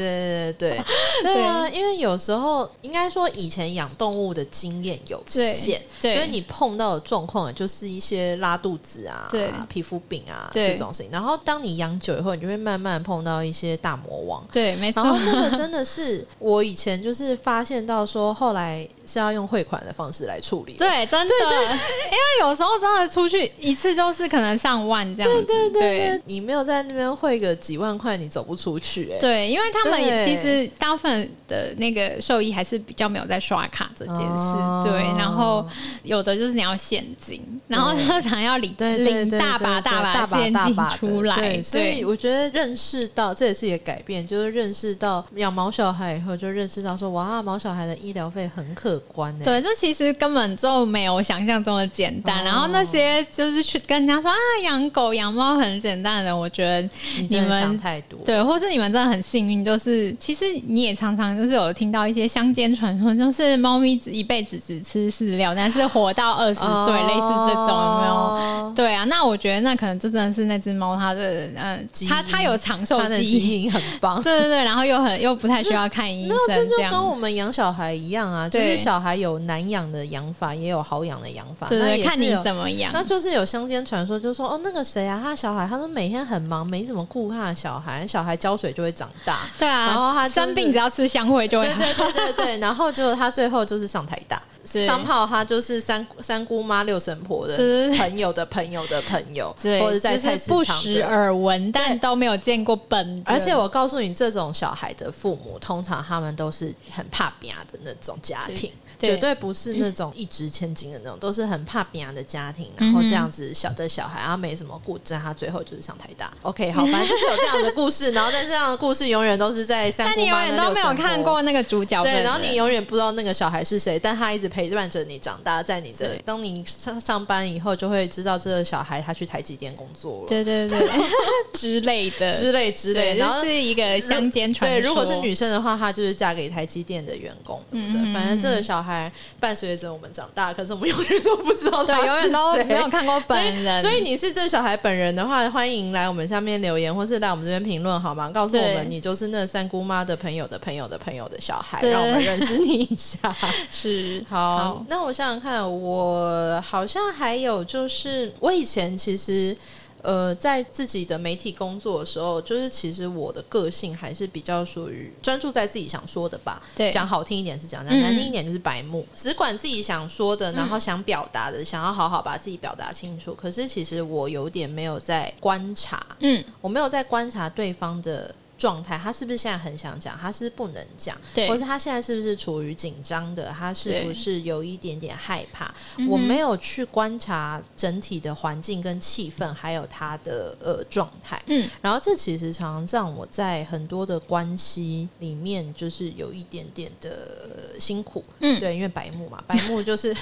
Speaker 1: 对对对对对对啊！因为有时候应该说以前养动物的经验有限，
Speaker 2: 对对
Speaker 1: 所以你碰到的状况也啊就是一些拉肚子啊、
Speaker 2: 对
Speaker 1: 皮肤病啊
Speaker 2: 对
Speaker 1: 这种事情。然后当你养久以后，你就会慢慢碰到一些大魔王，
Speaker 2: 对，没错
Speaker 1: 然，哦后那个真的是我以前就是发现到说，后来是要用汇款的方式来处理的。
Speaker 2: 对，真的，因为有时候真的出去一次就是可能上万这样子，
Speaker 1: 对对
Speaker 2: 对
Speaker 1: 对，你没有在那边汇个几万块，你走不出去、欸。
Speaker 2: 对因为他们
Speaker 1: 对
Speaker 2: 也其实大部分的那个兽医还是比较没有在刷卡这件事，
Speaker 1: 哦
Speaker 2: 对，然后有的就是你要现金，然后他想要领
Speaker 1: 对对对
Speaker 2: 领
Speaker 1: 对
Speaker 2: 大把
Speaker 1: 对对
Speaker 2: 把
Speaker 1: 大把
Speaker 2: 现
Speaker 1: 大
Speaker 2: 金
Speaker 1: 把的
Speaker 2: 出来，
Speaker 1: 对，所以
Speaker 2: 对
Speaker 1: 我觉得认识到这也是一个改变，就是认识到养毛小孩以后，就认识到说哇，毛小孩的医疗费很可观呢、欸
Speaker 2: 对，这其实根本就没有想象中的简单。
Speaker 1: 哦
Speaker 2: 然后那些就是去跟人家说啊，养狗养猫很简单的，我觉得
Speaker 1: 你真
Speaker 2: 你
Speaker 1: 的
Speaker 2: 们
Speaker 1: 想太多。
Speaker 2: 对，或是你们真的很幸运，就是其实你也常常就是有听到一些乡间传说，就是猫咪只一辈子只吃饲料，但是活到二十岁，
Speaker 1: 哦
Speaker 2: 类似这种有没有？
Speaker 1: 有？
Speaker 2: 对啊，那我觉得那可能就真的是那只猫它的呃
Speaker 1: 基，
Speaker 2: 它
Speaker 1: 因
Speaker 2: 它有长寿
Speaker 1: 他的
Speaker 2: 基因，
Speaker 1: 基因很棒。
Speaker 2: 对对对，然后又很又不太需要看医
Speaker 1: 没有，这
Speaker 2: 生
Speaker 1: 就
Speaker 2: 这
Speaker 1: 跟
Speaker 2: 样。
Speaker 1: 我们养小孩一样啊，就是
Speaker 2: 对
Speaker 1: 小孩有难养的养法，也有好养的养法，
Speaker 2: 对
Speaker 1: 那
Speaker 2: 对，
Speaker 1: 也是
Speaker 2: 看你
Speaker 1: 有
Speaker 2: 怎么养。
Speaker 1: 那就是有乡间传说，就说哦，那个谁啊，他的小孩，他说每天很忙，没怎么顾他的小孩，小孩浇水就会长大。
Speaker 2: 对啊，
Speaker 1: 然后他就是
Speaker 2: 生病只要吃香灰就会
Speaker 1: 对对对对对，然后结果他最后就是上台大，
Speaker 2: 对
Speaker 1: 三炮他就是三三姑妈六神婆的
Speaker 2: 对对对
Speaker 1: 朋友的朋友的朋友，
Speaker 2: 对，
Speaker 1: 或者在菜
Speaker 2: 就是
Speaker 1: 市
Speaker 2: 不
Speaker 1: 场
Speaker 2: 时
Speaker 1: 的。
Speaker 2: 耳闻，但都没有见过本人。
Speaker 1: 而且我告诉你，这种小孩的父母，通常他们都是很怕别的那种家庭，
Speaker 2: 对对
Speaker 1: 绝对不是 那种一掷千金的那种，都是很怕别的家庭，
Speaker 2: 嗯
Speaker 1: 然后这样子小的小孩，然后没什么固执，他最后就是上台大。OK，好，反正就是有这样的故事， 然后但这样的故事永远都是在三
Speaker 2: 但
Speaker 1: 姑
Speaker 2: 你永
Speaker 1: 八
Speaker 2: 远
Speaker 1: 跟
Speaker 2: 都
Speaker 1: 六
Speaker 2: 没有
Speaker 1: 神
Speaker 2: 看
Speaker 1: 婆
Speaker 2: 过那个主角本
Speaker 1: 对，
Speaker 2: 人，
Speaker 1: 然后你永远不知道那个小孩是谁，但他一直陪伴着你长大，在你的
Speaker 2: 对
Speaker 1: 当你上上班以后，就会知道这个小孩他去台积电工作了
Speaker 2: 对对对 之类的
Speaker 1: 之类之
Speaker 2: 对
Speaker 1: 类，然后
Speaker 2: 这。是一个乡间传说。嗯
Speaker 1: 对，如果是女生的话，她就是嫁给台积电的员工，对不对？反正这个小孩伴随着我们长大，可是我们永远都不知道
Speaker 2: 对
Speaker 1: 他，
Speaker 2: 永远都
Speaker 1: 是谁
Speaker 2: 没有看过本人，
Speaker 1: 所以你是这小孩本人的话，欢迎来我们下面留言，或是来我们这边评论好吗？告诉我
Speaker 2: 对
Speaker 1: 们你就是那三姑妈的朋友的朋友的朋友的小孩，
Speaker 2: 对
Speaker 1: 让我们认识你一下。
Speaker 2: 是
Speaker 1: 好，那我想想看，我好像还有就是，我以前其实。呃，在自己的媒体工作的时候，就是其实我的个性还是比较属于专注在自己想说的吧。
Speaker 2: 对
Speaker 1: 讲好听一点是讲，
Speaker 2: 嗯
Speaker 1: 讲难听一点就是白目，只管自己想说的，然后想表达的，想要好好把自己表达清楚。可是其实我有点没有在观察，
Speaker 2: 嗯，
Speaker 1: 我没有在观察对方的状态，他是不是现在很想讲，他是不能讲，
Speaker 2: 对
Speaker 1: 或是他现在是不是处于紧张的，他是不
Speaker 2: 对嗯
Speaker 1: 是有一点点害怕？我没有去观察整体的环境跟气氛，还有他的呃状态。
Speaker 2: 嗯，
Speaker 1: 然后这其实常常让我在很多的关系里面，就是有一点点的呃辛苦。
Speaker 2: 嗯
Speaker 1: 对，因为白目嘛， 白目就是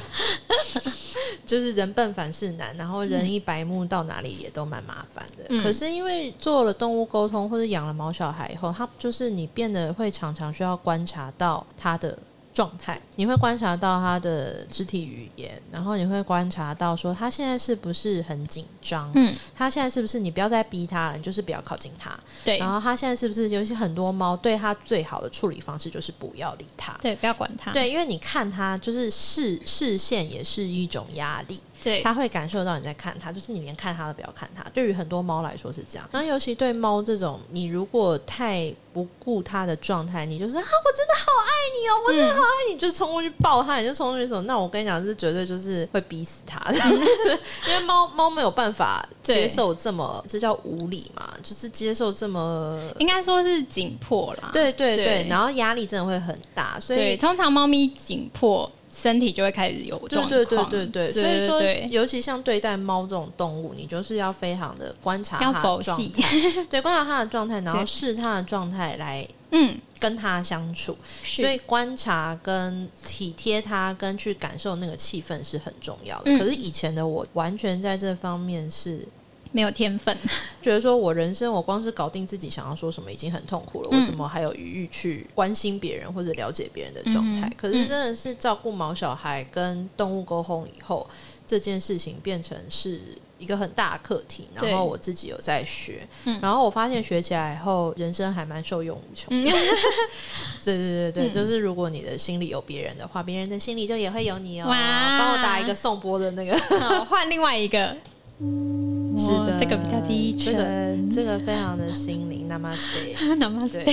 Speaker 1: 就是人笨凡事难，然后人一白目到哪里也都蛮麻烦的。
Speaker 2: 嗯
Speaker 1: 可是因为做了动物沟通或者养了毛小孩以后，它就是你变得会常常需要观察到它的。状态，你会观察到它的肢体语言，然后你会观察到说它现在是不是很紧张，
Speaker 2: 嗯，
Speaker 1: 它现在是不是你不要再逼它了，你就是不要靠近它，
Speaker 2: 对
Speaker 1: 然后它现在是不是有一些很多猫对它最好的处理方式就是不要理它，
Speaker 2: 对，不要管他，
Speaker 1: 对，因为你看他就是视视线也是一种压力，
Speaker 2: 对
Speaker 1: 他会感受到你在看他，就是你连看他都不要看他。对于很多猫来说是这样，然后尤其对猫这种，你如果太不顾它的状态，你就是啊，我真的好爱你哦，我真的好爱你，就冲过去抱它，你就冲过去走，那我跟你讲，这绝对就是会逼死它的， 因为猫猫没有办法接
Speaker 2: 对
Speaker 1: 受这么，这叫无理嘛，就是接受这么。
Speaker 2: 应该说是紧迫啦。
Speaker 1: 对对对，
Speaker 2: 对
Speaker 1: 然后压力真的会很大，所以
Speaker 2: 对，通常猫咪紧迫，身体就会开始有状况。
Speaker 1: 对对对对对，所以说
Speaker 2: 对，
Speaker 1: 尤其像对待猫这种动物，你就是要非常的观察
Speaker 2: 要
Speaker 1: 它
Speaker 2: 佛
Speaker 1: 的状
Speaker 2: 系，
Speaker 1: 态，对，观察它的状态，然后
Speaker 2: 对
Speaker 1: 视它的状态来
Speaker 2: 嗯，
Speaker 1: 跟它相处。所
Speaker 2: 是
Speaker 1: 以观察跟体贴它，跟去感受那个气氛是很重要的。
Speaker 2: 嗯
Speaker 1: 可是以前的我完全在这方面是
Speaker 2: 没有天分，
Speaker 1: 觉得说我人生我光是搞定自己想要说什么已经很痛苦了，
Speaker 2: 嗯
Speaker 1: 我怎么还有余裕去关心别人或者了解别人的状态？
Speaker 2: 嗯
Speaker 1: 可是真的是照顾毛小孩跟动物沟通以后，这件事情变成是一个很大的课题。
Speaker 2: 对
Speaker 1: 然后我自己有在学
Speaker 2: 嗯，
Speaker 1: 然后我发现学起来以后，人生还蛮受用无穷。
Speaker 2: 嗯，
Speaker 1: 对对对对，
Speaker 2: 嗯
Speaker 1: 就是如果你的心里有别人的话，别人的心里就也会有你哦。
Speaker 2: 哇
Speaker 1: 帮我打一个颂钵的那个，
Speaker 2: 好，换另外一 个，
Speaker 1: 是的
Speaker 2: 哦这个比较低
Speaker 1: 这个
Speaker 2: 沉。
Speaker 1: 这个非常的心灵。Namaste。
Speaker 2: Namaste？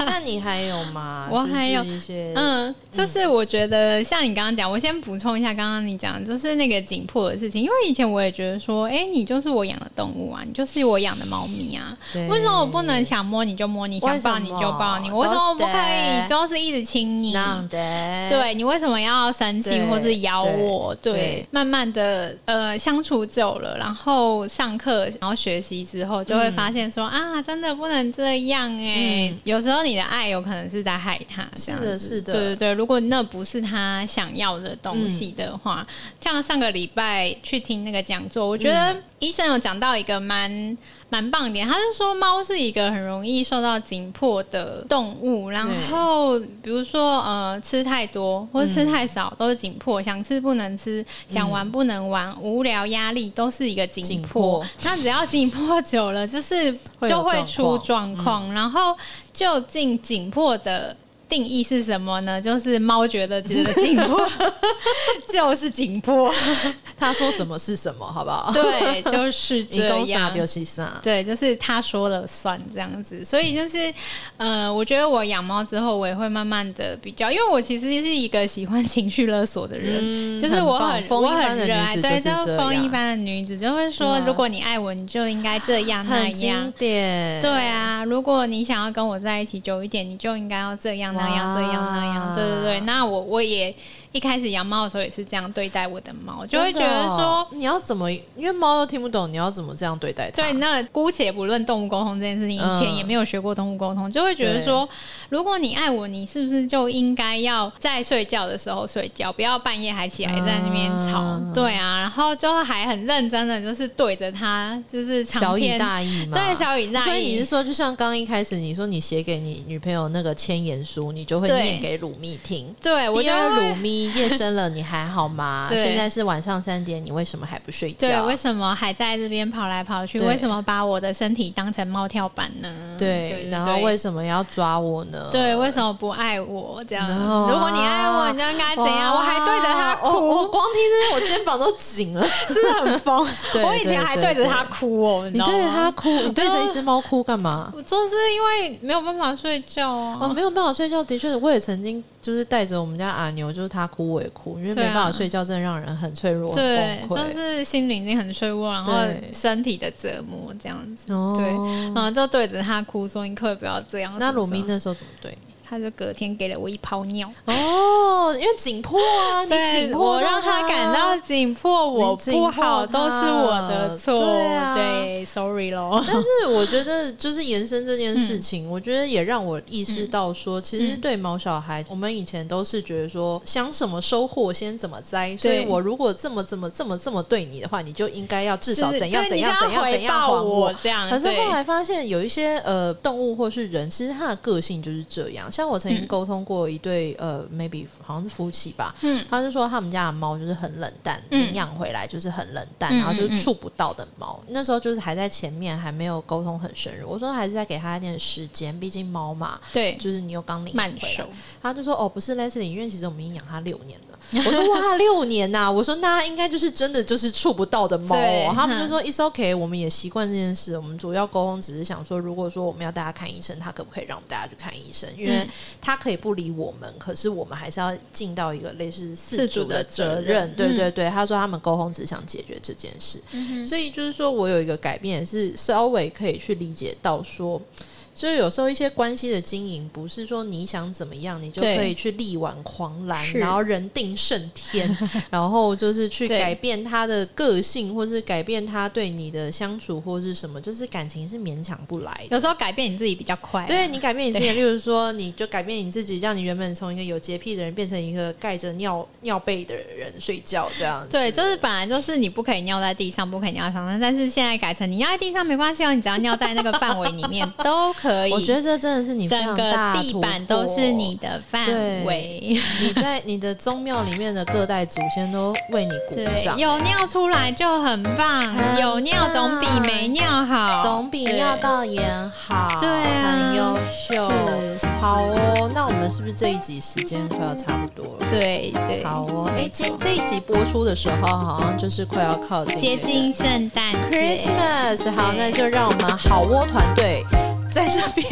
Speaker 1: 那你还有吗
Speaker 2: 我还有
Speaker 1: 就是一些，
Speaker 2: 嗯，就是我觉得像你刚刚讲，我先补充一下，刚刚你讲就是那个紧迫的事情，因为以前我也觉得说，哎、你就是我养的动物啊，你就是我养的猫咪啊，
Speaker 1: 对
Speaker 2: 为什么我不能想摸你就摸你，想抱你就抱你，我
Speaker 1: 啊
Speaker 2: 为什么不可以就是一直亲你？
Speaker 1: 让的？
Speaker 2: 对你为什么要生气
Speaker 1: 对
Speaker 2: 或是咬我？
Speaker 1: 对
Speaker 2: 对，
Speaker 1: 对
Speaker 2: 慢慢的呃相处久了，然后上课然后学习之后，就会发现说、啊，真的不能这样哎、
Speaker 1: 嗯
Speaker 2: 有时候你的爱有可能是在害他，这样
Speaker 1: 是的
Speaker 2: 子
Speaker 1: 是的
Speaker 2: 对对对。如果那不是他想要的东西的话，
Speaker 1: 嗯
Speaker 2: 像上个礼拜去听那个讲座，我觉
Speaker 1: 嗯
Speaker 2: 得医生有讲到一个蛮。蛮棒的点，他是说猫是一个很容易受到紧迫的动物，然
Speaker 1: 对
Speaker 2: 后比如说呃吃太多或者吃太少、都是紧迫，想吃不能吃，想玩不能玩，无聊压力都是一个紧
Speaker 1: 紧
Speaker 2: 迫。
Speaker 1: 迫
Speaker 2: 那只要紧迫久了，就是
Speaker 1: 会有
Speaker 2: 就会
Speaker 1: 状
Speaker 2: 出
Speaker 1: 况
Speaker 2: 状况，然后就近紧迫的。定义是什么呢？就是猫觉得觉得紧 迫就是紧迫，
Speaker 1: 他说什么是什么，好不好？
Speaker 2: 对，就是
Speaker 1: 一
Speaker 2: 这
Speaker 1: 共啥
Speaker 2: 样。
Speaker 1: 就是啊啥，
Speaker 2: 对，就是他说了算这样子，所以就是，呃，我觉得我养猫之后，我也会慢慢的比较，因为我其实是一个喜欢情绪勒索的人，
Speaker 1: 嗯
Speaker 2: 就是我很
Speaker 1: 很棒
Speaker 2: 我
Speaker 1: 风一般
Speaker 2: 很
Speaker 1: 的
Speaker 2: 热
Speaker 1: 女
Speaker 2: 爱，
Speaker 1: 子
Speaker 2: 对，
Speaker 1: 就是这
Speaker 2: 风一
Speaker 1: 样
Speaker 2: 般的女子就会说，
Speaker 1: 对啊
Speaker 2: 如果你爱我，你就应该这样那
Speaker 1: 很经
Speaker 2: 样。
Speaker 1: 典。
Speaker 2: 对啊，如果你想要跟我在一起久一点，你就应该要这样那样
Speaker 1: 哇
Speaker 2: 这样那样，对对对。那我我也一开始养猫的时候也是这样对待我的猫，就会觉
Speaker 1: 真的
Speaker 2: 得
Speaker 1: 哦
Speaker 2: 说，
Speaker 1: 你要怎么，因为猫又听不懂，你要怎么这样对待它？
Speaker 2: 对，那姑且不论动物沟通这件事情，以前
Speaker 1: 嗯
Speaker 2: 也没有学过动物沟通，就会觉得说，如果你爱我，你是不是就应该要在睡觉的时候睡觉，不要半夜还起来在那边吵？
Speaker 1: 嗯
Speaker 2: 对啊，然后就还很认真的，就是对着它，就是长
Speaker 1: 小以
Speaker 2: 篇
Speaker 1: 大义嘛，
Speaker 2: 对小以大义，
Speaker 1: 所以你是说，就像刚一开始你说你写给你女朋友那个千言书，你就会
Speaker 2: 对
Speaker 1: 念给鲁蜜听。
Speaker 2: 对我就
Speaker 1: 第二
Speaker 2: 会
Speaker 1: 鲁蜜，夜深了，你还好吗？
Speaker 2: 对
Speaker 1: 现在是晚上三点，你为什么还不睡觉？
Speaker 2: 对，为什么还在这边跑来跑去？
Speaker 1: 对
Speaker 2: 为什么把我的身体当成猫跳板呢？嗯
Speaker 1: 对
Speaker 2: 对
Speaker 1: 然后
Speaker 2: 对
Speaker 1: 为什么要抓我呢？
Speaker 2: 对，为什么不爱我这样？
Speaker 1: No
Speaker 2: 如果你爱我，你就应该怎样？
Speaker 1: 哇哦
Speaker 2: 我还对着他
Speaker 1: 我我
Speaker 2: 哭，
Speaker 1: 光听这些，我肩膀都紧 了。
Speaker 2: 是不是很疯。
Speaker 1: 哦 对
Speaker 2: 我以前还对着他哭哦，
Speaker 1: 你
Speaker 2: 知道
Speaker 1: 对着
Speaker 2: 吗啊
Speaker 1: 它，哭，你对着一只猫哭干嘛？
Speaker 2: 我就是因为没有办法睡觉
Speaker 1: 哦，
Speaker 2: 啊。
Speaker 1: 没有办法睡觉，的确是，我也曾经就是带着我们家阿牛，就是他哭我也哭，因为没
Speaker 2: 对啊
Speaker 1: 办法睡觉，真的让人很脆弱、很
Speaker 2: 对
Speaker 1: 崩，溃。
Speaker 2: 就是心灵已经很脆弱，然后
Speaker 1: 对
Speaker 2: 身体的折磨这样子，
Speaker 1: 哦
Speaker 2: 对，然后就对着他哭说：“你可不可以不要这样。”
Speaker 1: 那鲁明
Speaker 2: 呢？
Speaker 1: 那时候怎么对？
Speaker 2: 他就隔天给了我一泡尿，
Speaker 1: 哦，因为紧迫啊，你
Speaker 2: 对
Speaker 1: 紧迫
Speaker 2: 我
Speaker 1: 到
Speaker 2: 让他啊感到。紧迫，我
Speaker 1: 你紧
Speaker 2: 不
Speaker 1: 迫
Speaker 2: 好都是我的
Speaker 1: 他
Speaker 2: 错，
Speaker 1: 对啊
Speaker 2: s o r r y 咯。
Speaker 1: 但是我觉得，就是延伸这件事情，我觉得也让我意识到说，其实对毛小孩，我们以前都是觉得说，想什么收获先怎么栽，所以我如果这么这么这么这么对你的话，你就应该要至
Speaker 2: 至
Speaker 1: 少怎样怎样怎样怎样还
Speaker 2: 我
Speaker 1: 我。
Speaker 2: 这样。
Speaker 1: 可是
Speaker 2: 对
Speaker 1: 后来发现，有一些呃动物或是人，其实它的个性就是这样。像我曾经沟通过一对、呃，maybe 好像是夫妻吧，
Speaker 2: 嗯
Speaker 1: 他就说他们家的猫就是很冷淡，
Speaker 2: 嗯
Speaker 1: 领养回来就是很冷淡，
Speaker 2: 嗯
Speaker 1: 然后就是触不到的猫。那时候就是还在前面，还没有沟通很深入。我说还是在给他一点时间，毕竟猫嘛，
Speaker 2: 对
Speaker 1: 就是你又刚领养
Speaker 2: 慢
Speaker 1: 回来
Speaker 2: 手。，
Speaker 1: 他就说哦，不是 Leslie，因为其实我们已经养它六年了。 我说哇，六年呐、我说那应该就是真的就是触不到的猫、
Speaker 2: 对
Speaker 1: 哦。他们就
Speaker 2: 嗯
Speaker 1: 说 It's OK，我们也习惯这件事。我们主要沟通只是想说，如果说我们要带它看医生，它可不可以让我们带它去看医生？因为
Speaker 2: 嗯
Speaker 1: 它可以不理我们，可是我们还是要尽到一个类似
Speaker 2: 饲
Speaker 1: 饲
Speaker 2: 主
Speaker 1: 主
Speaker 2: 的
Speaker 1: 的
Speaker 2: 责
Speaker 1: 责
Speaker 2: 任
Speaker 1: 任。对
Speaker 2: 嗯
Speaker 1: 对对，他说他们沟通只想解决这件事。所以就是说我有一个改变，也是稍微可以去理解到说，就是有时候一些关系的经营，不是说你想怎么样，你就
Speaker 2: 对
Speaker 1: 可以去力挽狂澜，
Speaker 2: 是
Speaker 1: 然后人定胜 天，然后就是去
Speaker 2: 对
Speaker 1: 改变他的个性，或是改变他对你的相处或是什么，就是感情是勉强不来的。
Speaker 2: 有时候改变你自己比较快。啊
Speaker 1: 对你改变你自己，例如说，你就改变你自己，让你原本从一个有洁癖的人变成一个盖着尿尿被的人睡觉这样子。
Speaker 2: 对，就是本来就是你不可以尿在地上，不可以尿在床上，但是现在改成你尿在地上没关系哦，你只要尿在那个范围里 面都可以。
Speaker 1: 我觉得这真的是你非
Speaker 2: 整
Speaker 1: 常
Speaker 2: 个
Speaker 1: 大的
Speaker 2: 地
Speaker 1: 突
Speaker 2: 板都
Speaker 1: 破
Speaker 2: 是你的范
Speaker 1: 对
Speaker 2: 围，
Speaker 1: 你在你的宗庙里面的各代祖先都为你鼓
Speaker 2: 对，
Speaker 1: 掌，
Speaker 2: 有尿出来就很棒，
Speaker 1: 很
Speaker 2: 有尿总比没尿好，
Speaker 1: 总比
Speaker 2: 对
Speaker 1: 尿道炎好，
Speaker 2: 对啊
Speaker 1: 很优秀
Speaker 2: 是是。
Speaker 1: 好哦，那我们是不是这一集时间快要差不多了？
Speaker 2: 对对，
Speaker 1: 好哦，哎、
Speaker 2: 没错
Speaker 1: 今这一集播出的时候，好像就是快要靠近
Speaker 2: 接
Speaker 1: 那个
Speaker 2: 近圣诞节
Speaker 1: Christmas。好，那就让我们好窝团队在这 边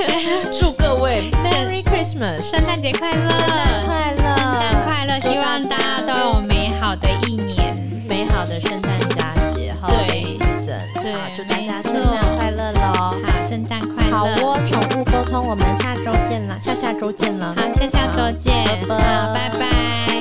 Speaker 1: 祝各位 Merry Christmas，
Speaker 2: 圣诞节快乐，
Speaker 1: 圣诞快乐，圣
Speaker 2: 圣诞快乐！希望大家都有美好的一年。
Speaker 1: 美好的圣诞佳节，好
Speaker 2: 对
Speaker 1: season，
Speaker 2: 对
Speaker 1: 好祝大家
Speaker 2: 没错
Speaker 1: 圣诞快乐喽！
Speaker 2: 好，圣诞快乐！
Speaker 1: 好哦，宠物沟通，我们下周见了，下下周见了。
Speaker 2: 好，下下周见。
Speaker 1: 拜拜
Speaker 2: 好，拜拜。